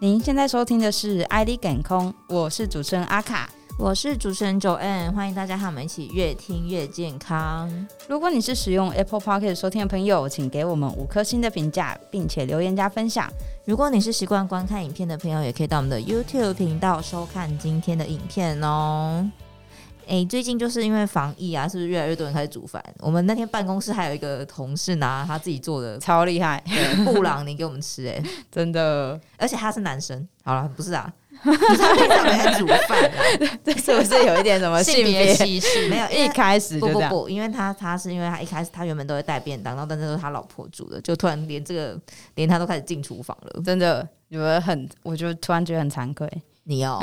您现在收听的是《ID 感空》，我是主持人阿卡。我是主持人 Joanne，欢迎大家和我们一起越听越健康。如果你是使用 Apple Pocket 收听的朋友，请给我们五颗星的评价，并且留言加分享。如果你是习惯观看影片的朋友，也可以到我们的 YouTube 频道收看今天的影片哦。诶，最近就是因为防疫啊，是不是越来越多人开始煮饭？我们那天办公室还有一个同事拿他自己做 的超厉害，对布朗尼给我们吃、诶，真的，而且他是男生。好了，不是啊，不是他平常没在煮饭啊， 这是不是有一点什么 性别？歧视没有，因一为开始就不这不样，不，因为他他是因为他一开始他原本都会带便当，然后但是都是他老婆煮的，就突然连这个连他都开始进厨房了。真的，有的很，我就突然觉得很惭愧。你 哦，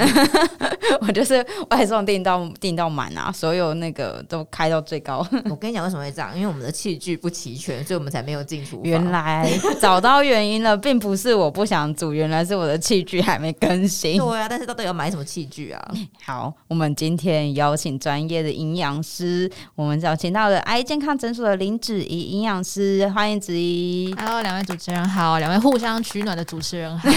我就是外送订到订到满啊，所有那个都开到最高。我跟你讲为什么会这样，因为我们的器具不齐全，所以我们才没有进厨房。原来找到原因了，并不是我不想煮，原来是我的器具还没更 新。对啊，但是到底要买什么器具啊？好，我们今天邀请专业的营养师，我们邀请到了爱健康诊所的林子怡营养师，欢迎子怡。 Hello，两位主持人好，两位互相取暖的主持人好。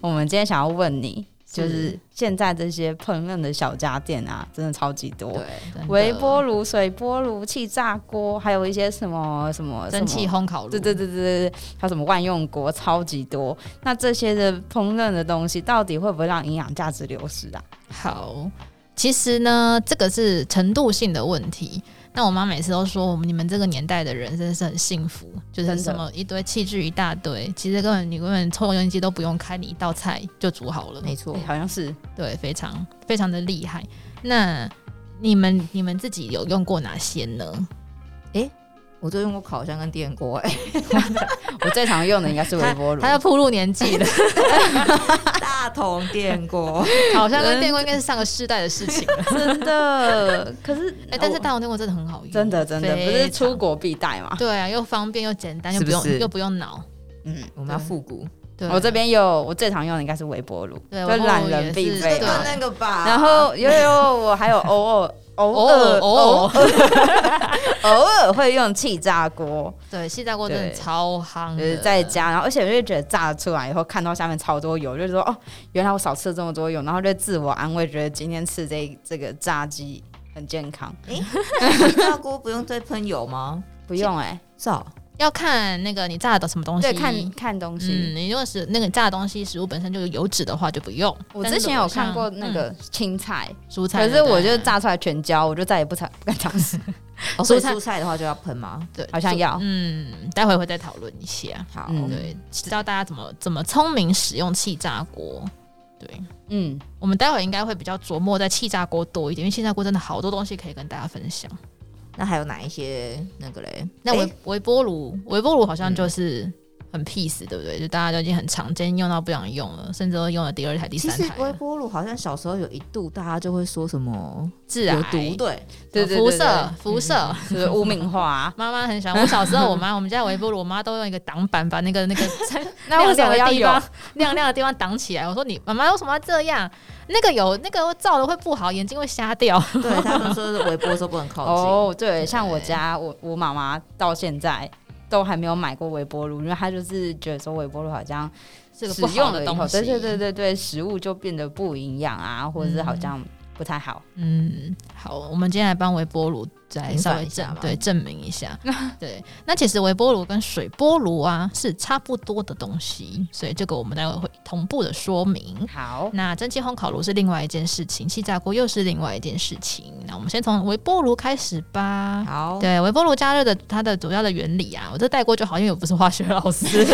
我们今天想要问你，就是现在这些烹饪的小家电啊，真的超级多。对，真的微波炉、水波炉、气炸锅，还有一些什么什么蒸汽啊什么烘烤炉，对对对对对，还有什么万用锅，超级多。那这些的烹饪的东西，到底会不会让营养价值流失啊？好，其实呢，这个是程度性的问题。那我妈每次都说，我们你们这个年代的人真的是很幸福，就真是的什么一堆器具一大堆，其实根本你根本抽油烟机都不用开，你一道菜就煮好了。没错哎，好像是对，非常非常的厉害。那你们你们自己有用过哪些呢？我就用过烤箱跟电锅、哎，我最常用的应该是微波炉他。要铺路年纪 了，大同电 锅。好像跟电锅应该是上个世代的事情 了。真 的，可是哦哎、但是大红电锅真的很好用，真的真的不是非常出国必带 嘛？对啊，又方便又简单，又是不不用是又不用脑。嗯，我们要复古，对，哦我这边有我最常用的应该是微波炉，对就微波炉懒人也必是备对嘛。啊那个吧然后有有，我还有偶尔偶偶尔尔偶偶尔偶尔会用气炸锅，对气炸锅真的对超夯就是的，在家，然后而且我就觉得炸出来以后看到下面超多油，就说哦，原来我少吃了这么多油，然后就自我安慰，觉得今天吃这这个炸鸡很健康，气 炸锅不用再喷油吗？不用哎、是啊，要看那个你炸的什么东西，对，看看东西。嗯，你如果是那个炸的东西食物本身就有油脂的话就不用。我但之是前如有果看像过那个青菜，嗯蔬菜可的，是我对就炸出来全焦，我就再也不尝 不敢尝试。哦所以蔬菜蔬菜的话就要喷吗？对，好像就要嗯，待会会再讨论一下。好，嗯对，知道大家怎么怎么聪明使用气炸锅。对，嗯，我们待会应该会比较琢磨在气炸锅多一点，因为气炸锅真的好多东西可以跟大家分享。那还有哪一些那个嘞？那微、哎微波炉，微波炉好像就是很 peace，、对不对？就大家都已经很常见，用到不想用了，甚至都用了第二台、第其三实台微了。波炉好像小时候有一度大家就会说什么致癌有毒，对，对对对辐对射对，嗯辐射。。就是污名化、啊 妈妈很喜欢，我小时候我妈我们家微波炉，我妈都用一个挡板把那个那个那为什么要亮亮的地有？方亮亮的地方挡起来。我说你妈妈为什么要这样？那个有那个照的会不好，眼睛会瞎掉。对他们说是微波的时候不能 靠近。哦，对，像我家我我妈妈到现在都还没有买过微波炉，因为她就是觉得说微波炉好像这个使不好用了的以东后，西。对对对对对，食物就变得不营养啊，或者是好像不太好。嗯，好，我们今天来帮微波炉再平稍反微一下证嘛对证明 一下。对，那其实微波炉跟水波炉啊是差不多的东西，所以这个我们待会会同步的说明。好，那蒸汽烘烤炉是另外一件事情，气炸锅又是另外一件事情。那我们先从微波炉开始吧。好，对，微波炉加热的它的主要的原理啊，我这带过就好，因为我不是化学老 师。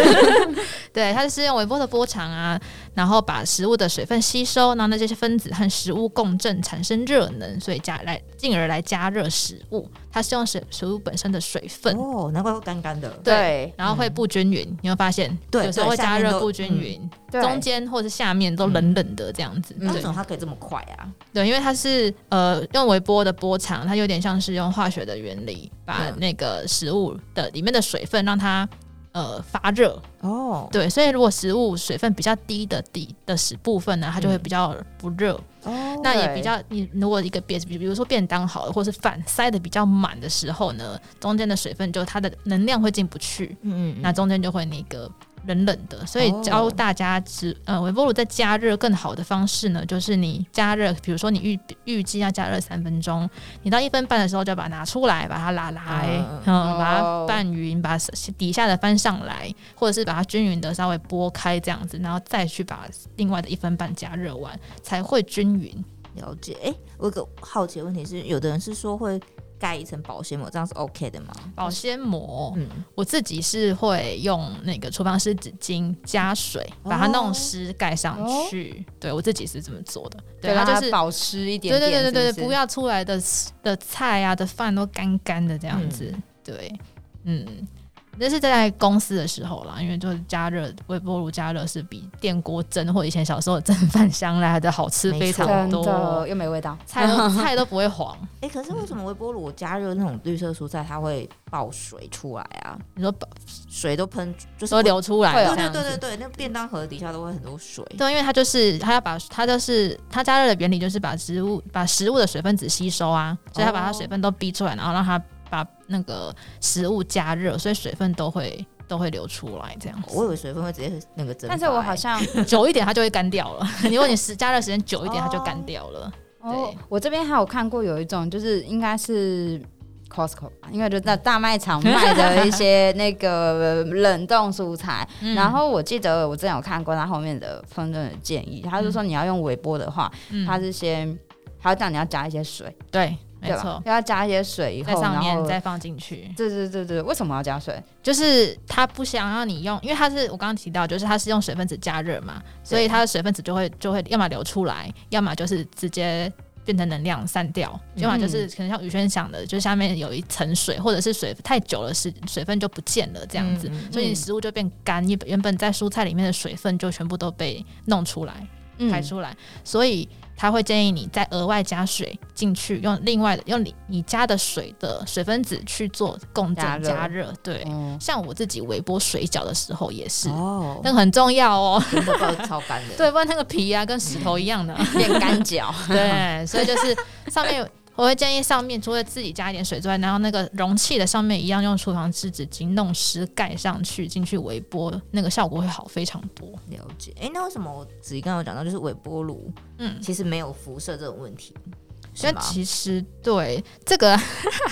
对，它就是用微波的波长啊，然后把食物的水分吸收，让那些分子和食物共振产生热能，所以加来进而来加热食物。它是用食食物本身的水分，哦，难怪会干干的。对然后会不均匀，你会发现对有时候对会下加面嗯热都不均匀，对，中间或者下面都冷冷的这样子。那为对什么它可以这么快啊？对，因为它是呃用微波的波长，它有点像是用化学的原理，把嗯那个食物的里面的水分让它呃发热。哦对，所以如果食物水分比较低的底的食部分呢，它就会比较不热。哦，那也对比较你如果一个便比比如说便当好了，或是饭塞的比较满的时候呢，中间的水分就它的能量会进不去，嗯嗯，那中间就会那个冷冷的，所以哦教大家只呃微波炉在加热更好的方式呢，就是你加热，比如说你预预计要加热三分钟，你到一分半的时候就要把它拿出来，把它拉来，嗯嗯，把它拌匀，把底下的翻上来，或者是把它均匀的稍微拨开这样子，然后再去把另外的一分半加热完，才会均匀。了解。哎、我有个好奇的问题是，有的人是说会盖一层保鲜膜，这样是 OK 的吗？保鲜膜，嗯，我自己是会用那个厨房湿纸巾加水把它弄湿盖上去，对我自己是这么做的。对，它让就是保湿一点对对点，对对对，是不是要出来的的菜啊的饭都干干的这样子。对，嗯，那是在公司的时候啦，因为就是加热微波炉加热是比电锅蒸或以前小时候的蒸饭香来的好吃非常真多，的又没味道。菜都菜都不会黄。哎、可是为什么微波炉我加热那种绿色蔬菜，它会爆水出来啊？你说水都喷，就是说会流出来会对有这对样对子对。对，那便当盒底下都会很多水。对，因为它就是它要把它就是它加热的原理就是把植物把食物的水分子吸收啊，所以它把哦它水分都逼出来，然后让它把那个食物加热，所以水分都会都会流出来这样我子。以为水分会直接那个蒸发但欸，是我好像久一点它就会干掉了， 如果你时加热时间久一点它就干掉了。哦，我这边还有看过有一种，就是应该是 Costco 吧，应该就在大卖场卖的一些那个冷冻蔬菜。嗯然后我记得我之前有看过他后面的烹饪的建议，他就说你要用微波的话，嗯它是先他叫你要加一些水，对，没对吧错？，要加一些水以在后，上然面后再放进去，对对对对，为什么要加水？就是它不想让你用，因为它是我刚刚提到，就是它是用水分子加热嘛，所以它的水分子就会就会要么流出来，要么就是直接变成能量散掉，嗯要么就是可能像宇轩讲的，就下面有一层水，或者是水太久了，是水分就不见了这样子，嗯嗯所以你食物就变干，你原本在蔬菜里面的水分就全部都被弄出来嗯排出来，所以。他会建议你再额外加水进去，用另外的用你你加的水的水分子去做共振加热加热，对，嗯，像我自己微波水饺的时候也是，哦，那个很重要哦。 真的爆超干 的。对，不然那个皮啊跟石头一样的。变干嚼，对，所以就是上面有我会建议上面除了自己加一点水之外，然后那个容器的上面一样用厨房湿纸巾弄湿盖上去，进去微波，那个效果会好非常多。了解，哎、那为什么我子怡刚刚有讲到，就是微波炉嗯，其实没有辐射这种问题，所是以吗？其实对这个，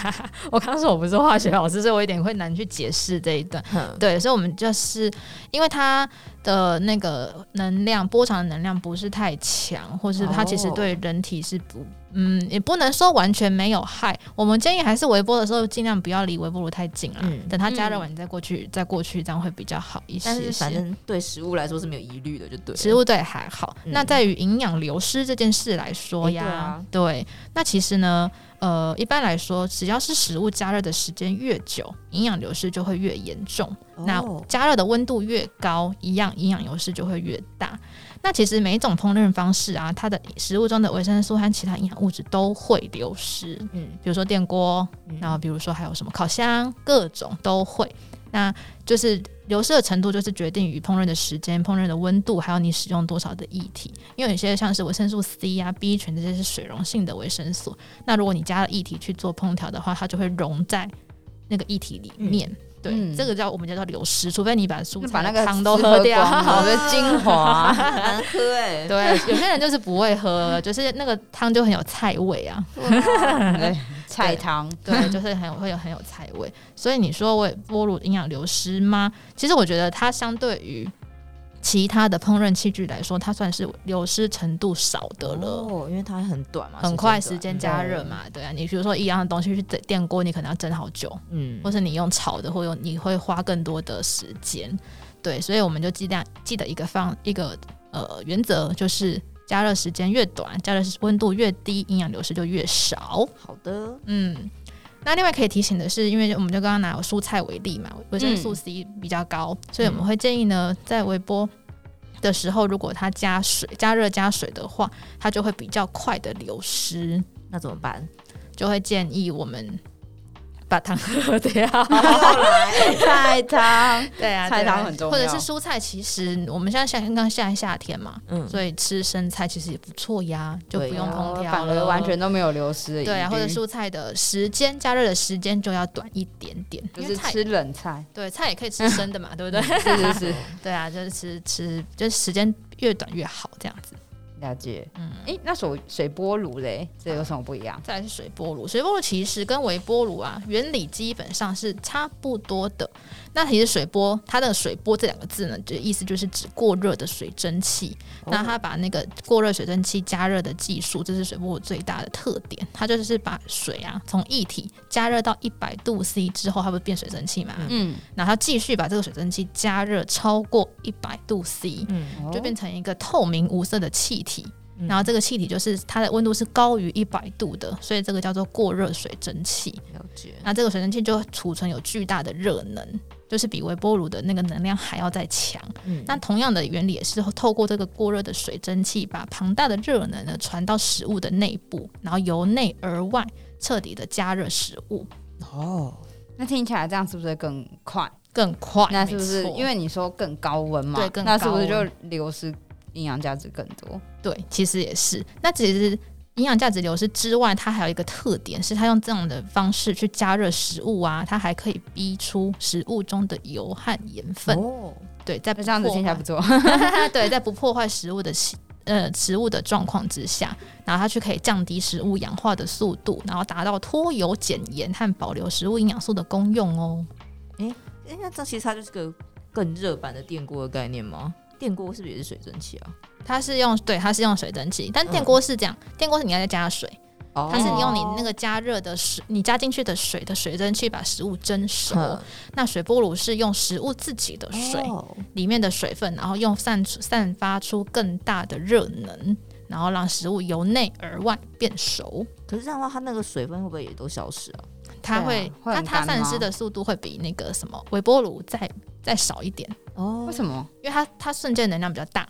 我刚说我不是化学老师，所以我有点会难去解释这一段。哼对，所以我们就是因为它的那个能量波长的能量不是太强，或是它其实哦对人体是不，嗯，也不能说完全没有害。我们建议还是微波的时候尽量不要离微波炉太近啦，嗯等它加热完你再过去，再过去这样会比较好一些但是些。反正对食物来说是没有疑虑的，就对了。植物对还好，嗯那在于营养流失这件事来说诶呀，对啊对，那其实呢，呃，一般来说，只要是食物加热的时间越久，营养流失就会越严重。哦 那加热的温度越高，一样营养流失就会越大。那其实每一种烹饪方式啊，它的食物中的维生素和其他营养物质都会流失，嗯，比如说电锅，嗯然后比如说还有什么烤箱，各种都会。那就是流失的程度，就是决定于烹饪的时间、烹饪的温度，还有你使用多少的液体。因为有些像是维生素 C 啊、B 群这些是水溶性的维生素，那如果你加了液体去做烹调的话，它就会溶在那个液体里面。对，嗯这个叫我们叫做流失，除非你把蔬就菜把那个汤都汁喝掉。光了，我的精华。很难喝哎、 对，有些人就是不会喝，就是那个汤就很有菜味啊。对，菜汤，对，就是很有会有很有菜味。所以你说微波炉营养流失吗？其实我觉得它相对于其他的烹饪器具来说，它算是流失程度少的了。哦，因为它很短嘛，很快短时间加热，嘛，对啊，你比如说一样的东西去整电锅，你可能要蒸好久，嗯或，是你用炒的，或用你会花更多的时间，对，所以我们就尽量记得一个方一个呃原则，就是加热时间越短，加热温度越低，营养流失就越少。好的，嗯，那另外可以提醒的是，因为我们就刚刚拿蔬菜为例嘛，维生素嗯 C 比较高，所以我们会建议呢，在微波的时候，如果它加水、加热、加水的话，它就会比较快的流失，那怎么办？就会建议我们把糖 喝掉。菜汤，对 啊，菜对啊汤很重要或者是蔬菜，其实我们现在夏天刚下夏天嘛，嗯，所以吃生菜其实也不错呀，就不对用烹调啊反了哦而完全都没有流失的疑虑。对啊，或者蔬菜的时间加热的时间就要短一点点，就因是为菜吃冷 菜，对菜也可以吃生的嘛，对不对？是是是，对啊，就是吃吃，就是时间越短越好这样子。了解。嗯，诶，那水水波炉嘞，这有什么不一样？再来是水波炉，水波炉其实跟微波炉啊原理基本上是差不多的。那其实水波它的水波这两个字呢，就意思就是指过热的水蒸气。哦那它把那个过热水蒸气加热的技术，这是水波炉最大的特点。它就是把水啊从液体加热到一百度 C 之后，它不是变水蒸气嘛？嗯，然后它继续把这个水蒸气加热超过一百度 C，嗯哦就变成一个透明无色的气体。嗯然后这个气体就是它的温度是高于一百度的，所以这个叫做过热水蒸气。了解，嗯那这个水蒸气就储存有巨大的热能，就是比微波炉的那个能量还要再强。嗯那同样的原理也是透过这个过热的水蒸气，把庞大的热能呢传到食物的内部，然后由内而外彻底的加热食物，哦，那听起来这样是不是更快？更快。那是不是没错因为你说更高温嘛？对更那是不是高就温流失营养价值更多？对，其实也是。那其实营养价值流失之外，它还有一个特点是，它用这样的方式去加热食物啊，它还可以逼出食物中的油和盐分。哦，对，在那不这样子破听起来坏不错。 对，在不破坏食物的习呃食物的状况之下，然后它去可以降低食物氧化的速度，然后达到脱油减盐和保留食物营养素的功用哦。哎，那这其实它就是个更热版的电锅的概念吗？电锅是不是也是水蒸气啊？它是用对，它是用水蒸气，但电嗯锅是这样，电锅是你要再加水，哦它是你用你那个加热的水，你加进去的水的水蒸气把食物蒸熟。嗯那水波炉是用食物自己的水、哦里面的水分，然后用散出散发出更大的热能，然后让食物由内而外变熟。可是这样的话，它那个水分会不会也都消失啊？它对啊，会会它很它干吗散失的速度会比那个什么微波炉再再少一点，哦为什 么？因为它它瞬间能量比较大，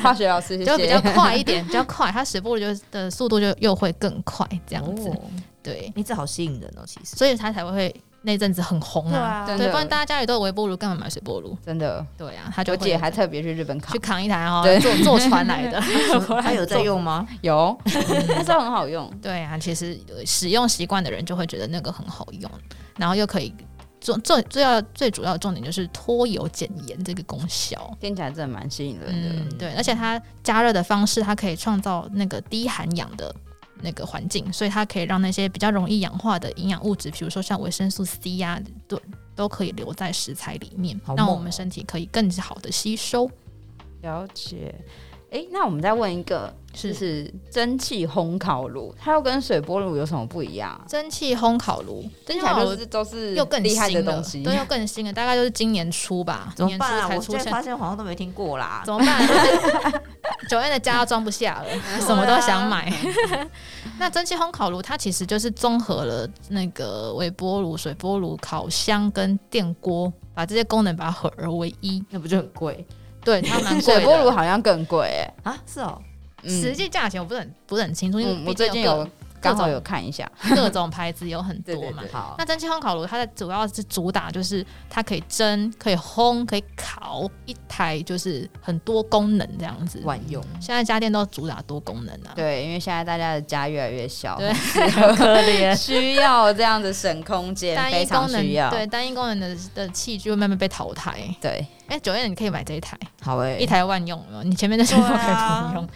化学老师谢就比较谢。快一 点，比较快。它水波炉就的速度就又会更快，这样子。哦对，你这好吸引人哦，其实。所以它才会那阵子很红啊。真对，的不然大家家里都有微波炉，干嘛买水波炉？真的，对啊，他就我会姐还特别去日本去扛，扛一台哦对，坐坐船来的。它有在用吗？ 有，那时候很好用。对啊，其实呃使用习惯的人就会觉得那个很好用，然后又可以做最最要最主要的重点就是脱油减盐这个功效。听起来真的蛮吸引人的。嗯，对，而且它加热的方式，它可以创造那个低含氧的那个环境，所以它可以让那些比较容易氧化的营养物质，比如说像维生素 C 呀、对，都可以留在食材里面好，让猛我们哦身体可以更好的吸收。了解。诶，那我们再问一个，就是是蒸汽烘烤炉，它又跟水波炉有什么不一样啊？蒸汽烘烤炉，蒸蒸起汽来烤就炉是都是又更厉害的新了东西，对，又更新了，大概就是今年初吧， 怎么年初办啊？才我出现在现，发现好像都没听过啦。怎么办？九月的家都装不下了，什么都想买。 那蒸汽烘烤炉它其实就是综合了那个微波炉、水波炉、烤箱跟电锅，把这些功能把它合而为一。那不就很贵 对，啊它蛮贵水的。波炉好像更贵诶。啊？是哦，嗯实际价钱我不是很不是很清楚，因为嗯，我毕最竟近有有刚好有看一下，各各种牌子有很多 嘛。好那蒸汽烘烤炉它的主要是主打就是它可以蒸、可以烘、可以烤，一台就是很多功能这样子。万用，现在家电都主打多功能啊，对，因为现在大家的家越来越小， 对，可怜， 需要这样子省空间，单非一常功能需要。对单一功能的的器具会慢慢被淘汰。对，哎、九月你可以买这一台，好哎，一台万用了，你前面的全部可对以啊不用。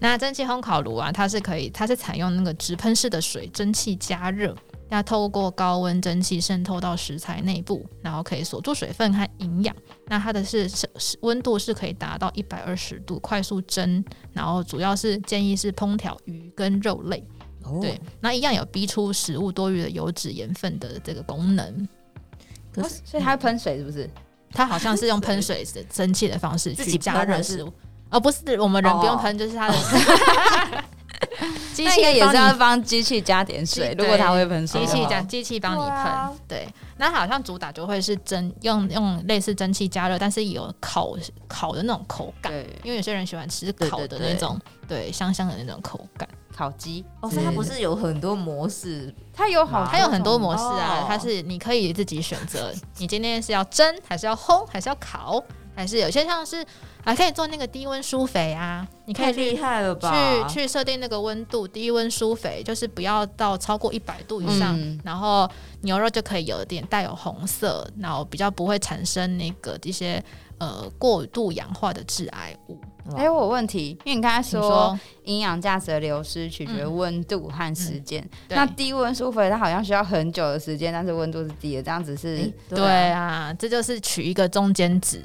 那蒸汽烘烤炉啊，它是可以，它是采用那个直喷式的水蒸气加热，那透过高温蒸汽渗透到食材内部，然后可以锁住水分和营养。那它的是是是温度是可以达到一百二十度，快速蒸，然后主要是建议是烹调鱼跟肉类。哦对，，那一样有逼出食物多余的油脂、盐分的这个功能。可哦是所以它会喷水是不是？它好像是用喷水蒸汽的方式自己去喷加热还是食物，哦，不是我们人不用哦喷，就是它的 机那器应该也帮是你要帮机器加点水，机如果它会喷水机的话，器加机器帮你对啊喷，对。那好像主打就会是蒸用用类似蒸汽加热，但是有烤烤的那种口感，对，因为有些人喜欢吃对烤对的对那种，对香香的那种口感。烤鸡，哦，所以它不是有很多模式它有好，它有很多模式啊哦，它是你可以自己选择，你今天是要蒸，还是要烘，还是要烤，还是有些像是还可以做那个低温疏肥啊，你可太以去厉害了吧？去去设定那个温度，低温疏肥就是不要到超过一百度以上，嗯然后牛肉就可以有点带有红色，然后比较不会产生那个一些呃过度氧化的致癌物。哎、我有问题，因为你刚才请说营养价值的流失取决于温度和时间、对那低温疏肥它好像需要很久的时间，但是温度是低的，这样子是、哎对啊，这就是取一个中间值。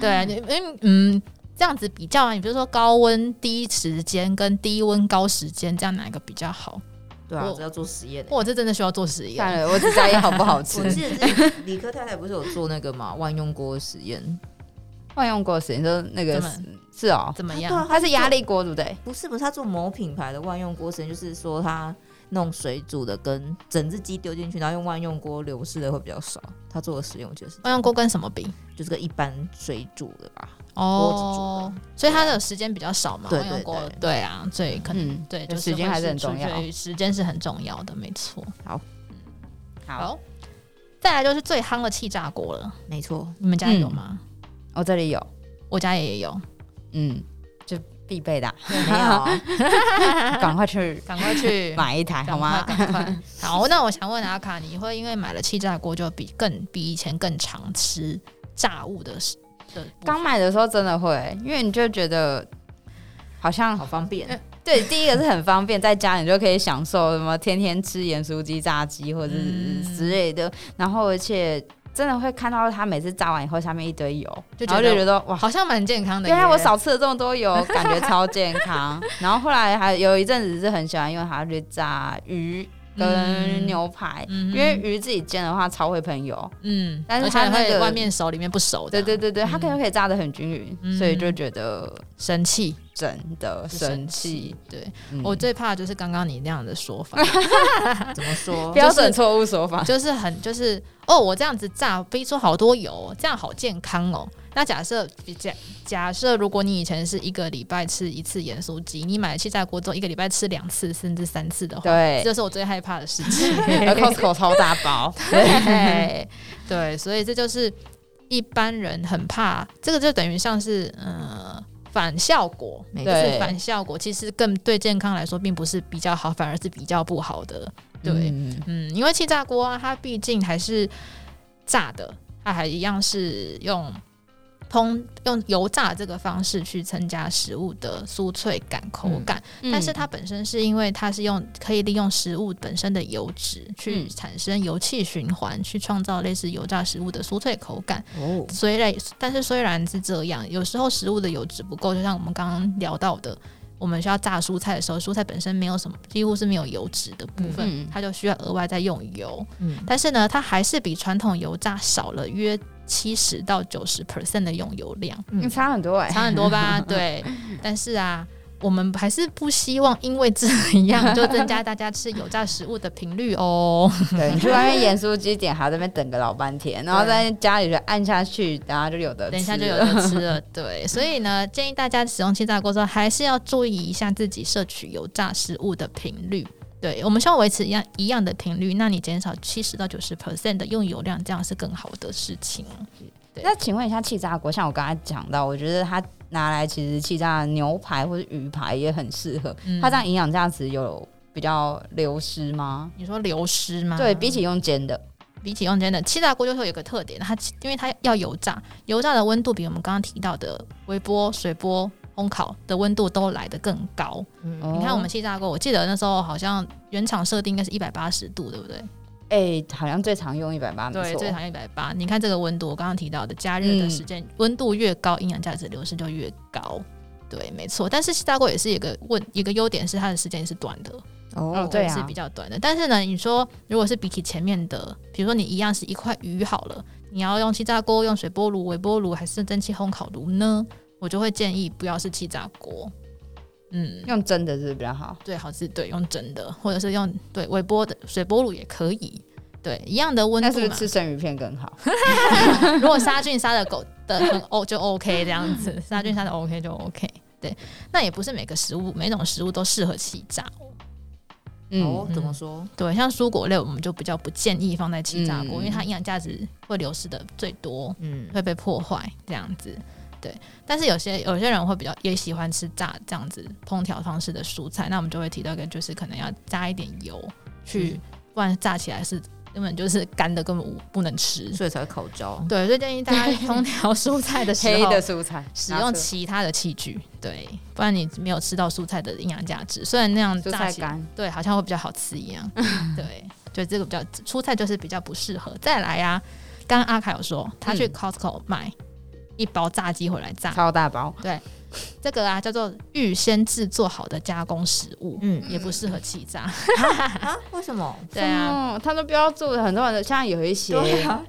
对，你因为嗯，这样子比较啊，你比如说高温低时间跟低温高时间，这样哪一个比较好？对啊我，这要做实验的。哇，这真的需要做实验。算了，我只在意好哎 不好吃我。记得之前理科太太不是有做那个嘛万用锅实验？万用锅时间就是那个怎么是哦，怎么她样？对啊，它是压力锅对不对？不是不是，他做某品牌的万用锅实验，就是说他弄水煮的跟整只鸡丢进去，然后用万用锅流失的会比较少。他做的实验，我记得是万用锅跟什么比？就是个一般水煮的吧。哦，所以它的时间比较少嘛，对万用对锅对对啊，所以可能、嗯，对，就就是时间会还是很取重要决于时间是很重要的，没错。好，好，再来就是最夯的气炸锅了，没错，你们家有吗？我、哦这里有，我家也有，嗯，就必备的啊，没有 啊赶快去赶快去买一台好赶快吗？赶 快。好，那我想问阿卡，你会因为买了气炸锅就比更比以前更常吃炸物的时的部分刚买的时候真的会，因为你就觉得好像呃好方便。对，第一个是很方便，在家你就可以享受什么天天吃盐酥鸡、炸鸡或者是嗯之类的，然后而且真的会看到它每次炸完以后下面一堆油，就然后就觉得觉得哇。好像蛮健康的耶，原来我少吃了这么多 油，感觉超健康。然后后来还有一阵子是很喜欢用它去炸鱼跟嗯，牛排，嗯因为鱼自己煎的话超会喷油。嗯，但是而且它还那会个外面熟里面不熟的，对对对对，它可能可以炸的很均匀，嗯所以就觉得生气。真的生气。。对、嗯我最怕就是刚刚你那样的说法， 怎么 说？标准错误说法，就是很就是哦，我这样子炸飞出好多油哦，这样好健康哦。那假设假假设，如果你以前是一个礼拜吃一次盐酥鸡，你买了气炸锅之后一个礼拜吃两次甚至三次的话，对这就是我最害怕的事情。 而 Costco 超大 包。对 对，所以这就是一般人很怕，这个就等于像是呃反效果，没对就是反效果，其实更对健康来说并不是比较好，反而是比较不好的。对，嗯嗯，因为气炸锅啊，它毕竟还是炸的，它还一样是用烹用油炸这个方式去增加食物的酥脆感、口感，嗯但是它本身是因为它是用可以利用食物本身的油脂去嗯产生油气循环，去创造类似油炸食物的酥脆口感。哦，虽然，但是虽然是这样，有时候食物的油脂不够，就像我们刚刚聊到的，我们需要炸蔬菜的时候，蔬菜本身没有什么，几乎是没有油脂的部分，嗯它就需要额外再用油。嗯，但是呢，它还是比传统油炸少了约七十到九十 percent 的用油量，嗯差很多哎、差很多 吧？对，但是啊。我们还是不希望因为这 样就增加大家吃油炸食物的频率哦。对你去外面盐酥鸡点，还要在那边等个老半天，然后在家里就按下去，然后就有的吃了。等一下就有的吃了。对，所以呢，建议大家使用气炸锅之后，还是要注意一下自己摄取油炸食物的频率。对，我们希望维持一样一样的频率，那你减少七十到九十 percent 的用油量，这样是更好的事情。对那请问一下，气炸锅像我刚才讲到，我觉得它拿来其实气炸牛排或者鱼排也很适合。嗯它这样营养价值有比较流失吗？你说流失吗？对比起用煎的，比起用真的气炸锅，就是有一个特点，它因为它要油炸，油炸的温度比我们刚刚提到的微波、水波、烘烤的温度都来得更高。嗯哦嗯你看我们气炸锅，我记得那时候好像原厂设定应该是一百八十度，对不对？哎、好像最常用一百八，没对，错嗯最常一百八。你看这个温度，我刚刚提到的加热的时间，温、度越高，营养价值流失就越高。对，没错。但是气炸锅也是一个问一个优点是它的时间是短的，哦哦，对啊是比较短的。但是呢，你说如果是比起前面的，比如说你一样是一块鱼好了，你要用气炸锅、用水波炉、微波炉还是蒸汽烘烤炉呢？我就会建议不要是气炸锅。嗯，用蒸的是不是比较好。最好是对用蒸的，或者是用对微波的水波炉也可以。对，一样的温那是度不是嘛吃生鱼片更好？如果杀菌杀的狗的很 O 就 OK 这样子，杀菌杀的 OK 就 OK。对，那也不是每个食物每种食物都适合气炸哦。哦嗯，，怎么说？对，像蔬果类我们就比较不建议放在气炸锅，嗯因为它营养价值会流失的最多。嗯，会被破坏这样子。对，但是有些有些人会比较也喜欢吃炸这样子烹调方式的蔬菜，那我们就会提到一个，就是可能要加一点油去，嗯不然炸起来是根本就是干的，根本无不能吃。嗯所以才会烤焦。对，所以建议大家烹调蔬菜的 时黑候的蔬菜使用蔬其他的器具，对，不然你没有吃到蔬菜的营养价值。虽然那样炸菜起来干，对，好像会比较好吃 一样。对，就这个比较蔬菜就是比较不适合。再来啊，刚刚阿凯有说他去嗯 Costco 买一包炸鸡回来炸，超大包，这个啊叫做预先制作好的加工食物，嗯也不适合气炸。啊，为什么？对啊，嗯，他都标注了很多人的，像有一些啊，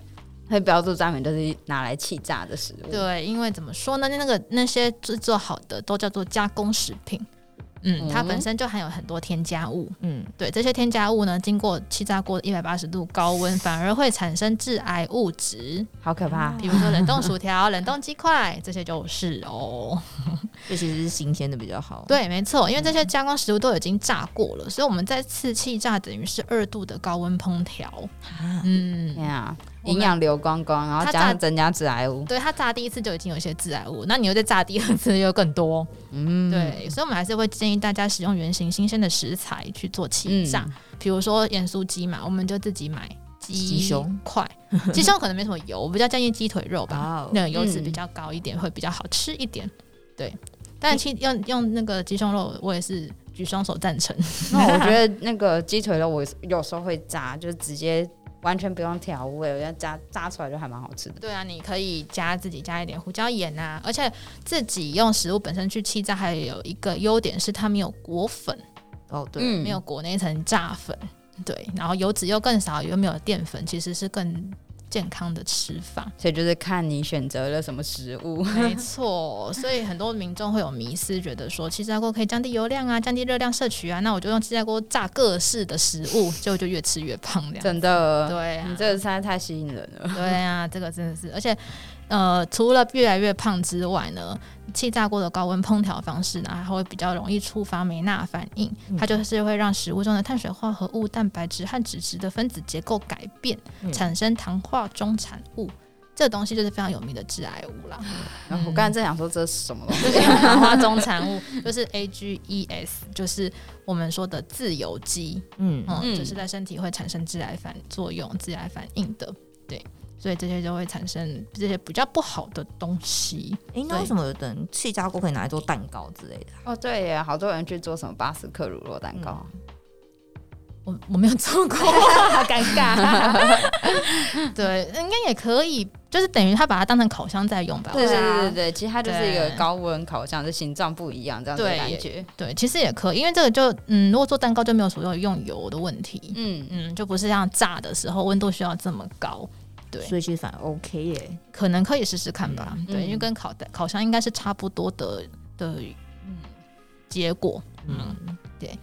会标注专门就是拿来气炸的食物，对，因为怎么说呢，那个那些制作好的都叫做加工食品。哦嗯，它嗯本身就含有很多添加物，嗯，对这些添加物呢，经过气炸锅一百八十度高温，反而会产生致癌物质。好可怕。比如说冷冻薯条、 冷冻鸡块，这些就是哦。这其实是新鲜的比较好。，对，没错，因为这些加工食物都已经炸过了，所以我们再次气炸等于是二度的高温烹调。嗯，天啊，我们营养流光光，然后它加上炸增加致癌物，对，它炸第一次就已经有一些致癌物，那你又再炸第二次又更多。嗯，对，所以我们还是会建议大家使用原型新鲜的食材去做嗯气炸，比如说盐酥鸡嘛，我们就自己买鸡鸡胸块，鸡胸可能没什么油，我比较建议鸡腿肉吧。哇哦，那个油脂嗯比较高一点，会比较好吃一点。对，但其实用用那个鸡胸肉，我也是举双手赞成。 那我觉得那个鸡腿肉，我有时候会炸，就是直接完全不用调味，我觉得炸炸出来就还蛮好吃的。对啊，你可以加自己加一点胡椒盐啊，而且自己用食物本身去气炸，还有一个优点是它没有裹粉，哦对，嗯没有裹那一层炸粉。对，然后油脂又更少，又没有淀粉，其实是更健康的吃法。所以就是看你选择了什么食物。 没错，所以很多民众会有迷思，觉得说气炸锅可以降低油量啊，降低热量摄取啊，那我就用气炸锅炸各式的食物，结果就越吃越胖这 样。真的，对啊你，这个实在太吸引人了。对啊，这个真的是，而且呃，除了越来越胖之外呢，气炸锅的高温烹调方式呢，还会比较容易触发梅纳反应，嗯它就是会让食物中的碳水化合物、蛋白质和脂质的分子结构改变，嗯产生糖化中产物。这东西就是非常有名的致癌物啦。然后我刚才正想说这是什么东西，糖化中产物 就是 AGEs，就是我们说的自由基，嗯嗯，嗯就是在身体会产生致癌反作用、致癌反应的，对，所以这些就会产生这些比较不好的东西。哎，那为什么有的人气炸锅可以拿来做蛋糕之类的？哦对耶，好多人去做什么巴斯克乳酪蛋糕，嗯我我没有做过，好尴 尬。对，应该也可以，就是等于它把它当成烤箱在用吧。对啊我对想对对对，其实它就是一个对高温烤箱，就形状不一样这样子的对感觉。对，其实也可以，因为这个就嗯，如果做蛋糕就没有所谓用油的问题，嗯，嗯，就不是像炸的时候温度需要这么高。对所以其实反而 OK 耶。可能可以试试看吧。对，嗯因为跟烤蛋烤箱应该是差不多的的嗯结果。嗯，对。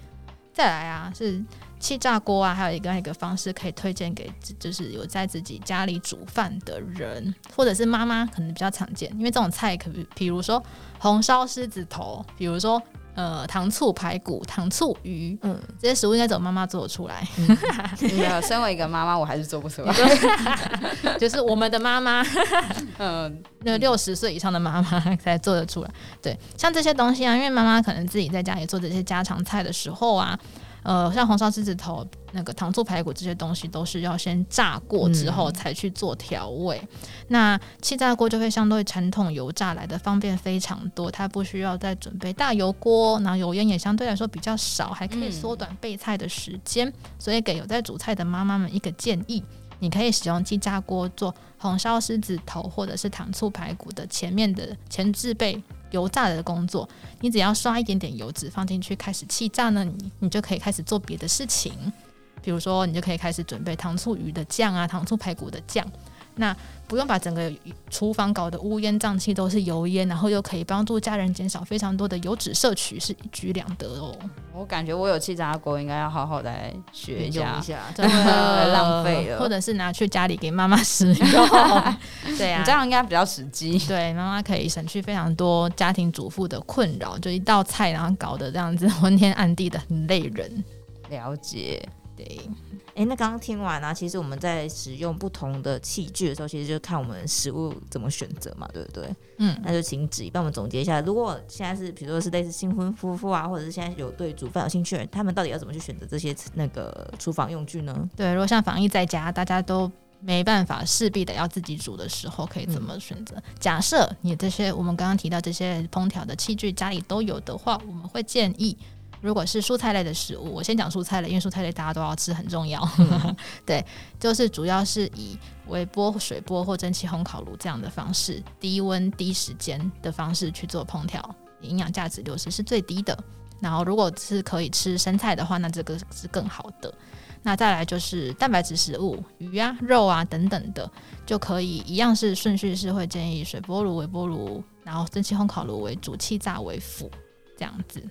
再来啊，是气炸锅啊，还有一个一个方式可以推荐给自就是有在自己家里煮饭的人，或者是妈妈，可能比较常见，因为这种菜可比比如说红烧狮子头，比如说。呃，糖醋排骨、糖醋鱼嗯，这些食物应该只有妈妈做得出来， 没有，身为一个妈妈，我还是做不出来。 就是我们的妈妈。嗯，那六十岁以上的妈妈 才做得出来。对，像这些东西啊，因为妈妈可能自己在家里做这些家常菜的时候啊，呃，像红烧狮子头、那个糖醋排骨这些东西，都是要先炸过之后才去做调味。那气炸锅就会相对传统油炸来的方便非常多，它不需要再准备大油锅，然后油烟也相对来说比较少，还可以嗯缩短备菜的时间。所以给有在煮菜的妈妈们一个建议。你可以使用气炸锅做红烧狮子头或者是糖醋排骨的前面的前置备油炸的工作，你只要刷一点点油脂放进去开始气炸呢，你你就可以开始做别的事情，比如说你就可以开始准备糖醋鱼的酱啊，糖醋排骨的酱。那不用把整个厨房搞得乌烟瘴气，都是油烟，然后又可以帮助家人减少非常多的油脂摄取，是一举两得 哦。我感觉我有气炸锅，应该要好好的来学一运用下一。下，真的浪费了哦 或者是拿去家里给妈妈使用。对啊你这，样应该比较实际。对妈妈可以省去非常多家庭主妇的困扰，就一道菜然后搞得这样子昏天暗地的，很累人。了 解，对，哎、那刚刚听完啊，其实我们在使用不同的器具的时候，其实就看我们食物怎么选择嘛，对不对？嗯，那就请子怡帮我们总结一下，如果现在是比如说是类似新婚夫妇啊，或者是现在有对煮饭有兴趣的人，他们到底要怎么去选择这些那个厨房用具 呢？对，如果像防疫在家，大家都没办法，势必得要自己煮的时候，可以怎么选择？假设你这些我们刚刚提到这些烹调的器具家里都有的话，我们会建议。如果是蔬菜类的食物，我先讲蔬菜类，因为蔬菜类大家都要吃，很重要。 对，就是主要是以微波、水波或蒸汽烘烤炉这样的方式，低温低时间的方式去做烹调，营养价值流失是最低的。然后，如果是可以吃生菜的话，那这个是更好的。那再来就是蛋白质食物，鱼啊、肉啊等等的，就可以一样是顺序是会建议水波炉、微波炉，然后蒸汽烘烤炉为主，气炸为辅，这样子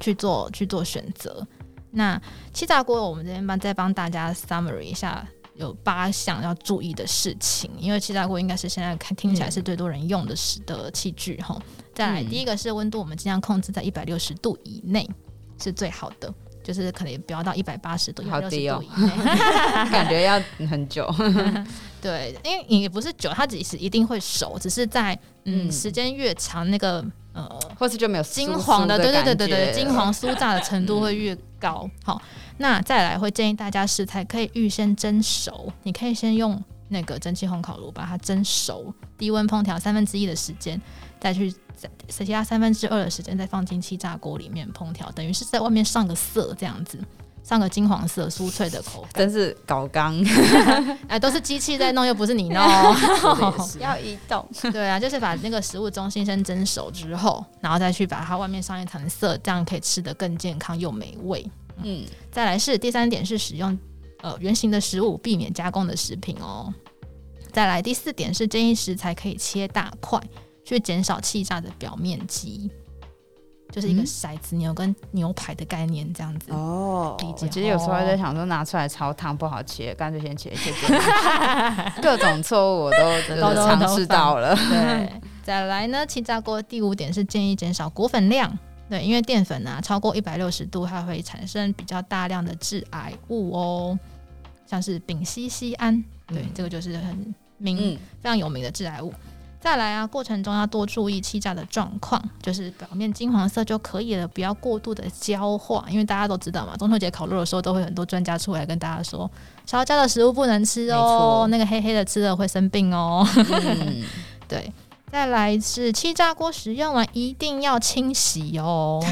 去做去做选择。那气炸锅，我们这边帮再帮大家 summary 一下，有八项要注意的事情，因为气炸锅应该是现在看听起来是最多人用的是的器具哈。再来，嗯第一个是温度，我们尽量控制在一百六十度以内是最好的，就是可能不要到一百八十度、一百好六十低哦度以内。 感觉要很久。对，因为也不是久，它只是一定会熟，只是在嗯嗯时间越长，那个呃或是就没有金酥黄酥的，的对对感对对觉对，金黄酥炸的程度会越高。好，那再来会建议大家食材可以预先蒸熟，你可以先用那个蒸汽烘烤炉把它蒸熟，低温烹调三分之一的时间，再去再其他三分之二的时间再放进气炸锅里面烹调，等于是在外面上个色这样子，上个金黄色酥脆的口感。真是搞刚，哎，都是机器在弄，又不是 你弄哦。要移动。对啊，就是把那个食物中心先蒸熟之后，然后再去把它外面上一层色，这样可以吃得更健康又美味。嗯，再来是第三点是使用呃原形的食物，避免加工的食品哦。再来第四点是建议食材可以切大块，去减少气炸的表面积，就是一个嗯骰子牛跟牛排的概念这样子。哦理解我其实有时候在想说拿出来炒汤不好切，干脆先切一切给 我。各种错误我都真的尝试到了。对， 再来呢，气炸锅第五点是建议减少果粉量。对，因为淀粉啊超过一百六十度，它会产生比较大量的致癌物哦，像是丙烯酰胺，对，嗯这个就是很明、嗯，非常有名的致癌物。再来啊，过程中要多注意气炸的状况，就是表面金黄色就可以了，不要过度的焦化，因为大家都知道嘛，中秋节烤肉的时候都会很多专家出来跟大家说，烧焦的食物不能吃哦，没错那个黑黑的吃了会生病哦。嗯 对，再来是气炸锅使用完一定要清洗哦。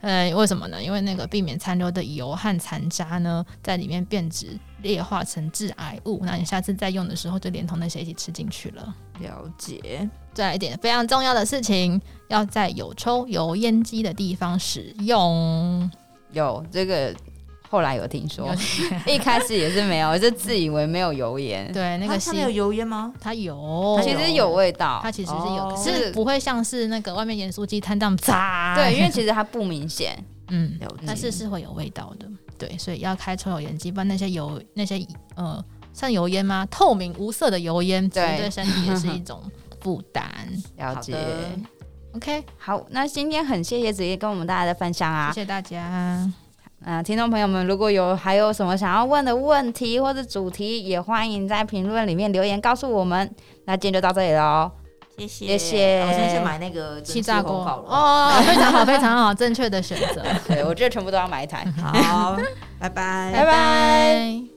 呃，为什么呢？因为那个避免残留的油和残渣呢，在里面变质裂化成致癌物，那你下次再用的时候就连同那些一起吃进去了。了解，再来一点非常重要的事情，要在有抽油烟机的地方使用。有这个。后来有听说， 一开始也是没有，就自以为没有油盐，对，那那上个吸面有油烟吗？它有，其实有味道，它其实是有，可哦是不会像是那个外面盐酥鸡摊这样炸。对，因为其实它不明显，嗯，了解，但是是会有味道的，对，所以要开抽油烟机，不然那些油那些呃，像油烟吗？透明无色的油烟，其实对对身体也是一种负担。了好解。的 OK，好，那今天很谢谢子怡跟我们大家的分享啊，谢谢大家，啊、听众朋友们，如果有还有什么想要问的问题或者主题，也欢迎在评论里面留言告诉我们。那今天就到这里喽，谢谢啊谢谢我现在去买那个气炸锅好了，哦，非常好，非常好，正确的选择，对我觉得全部都要买一台。好，拜 拜拜，拜拜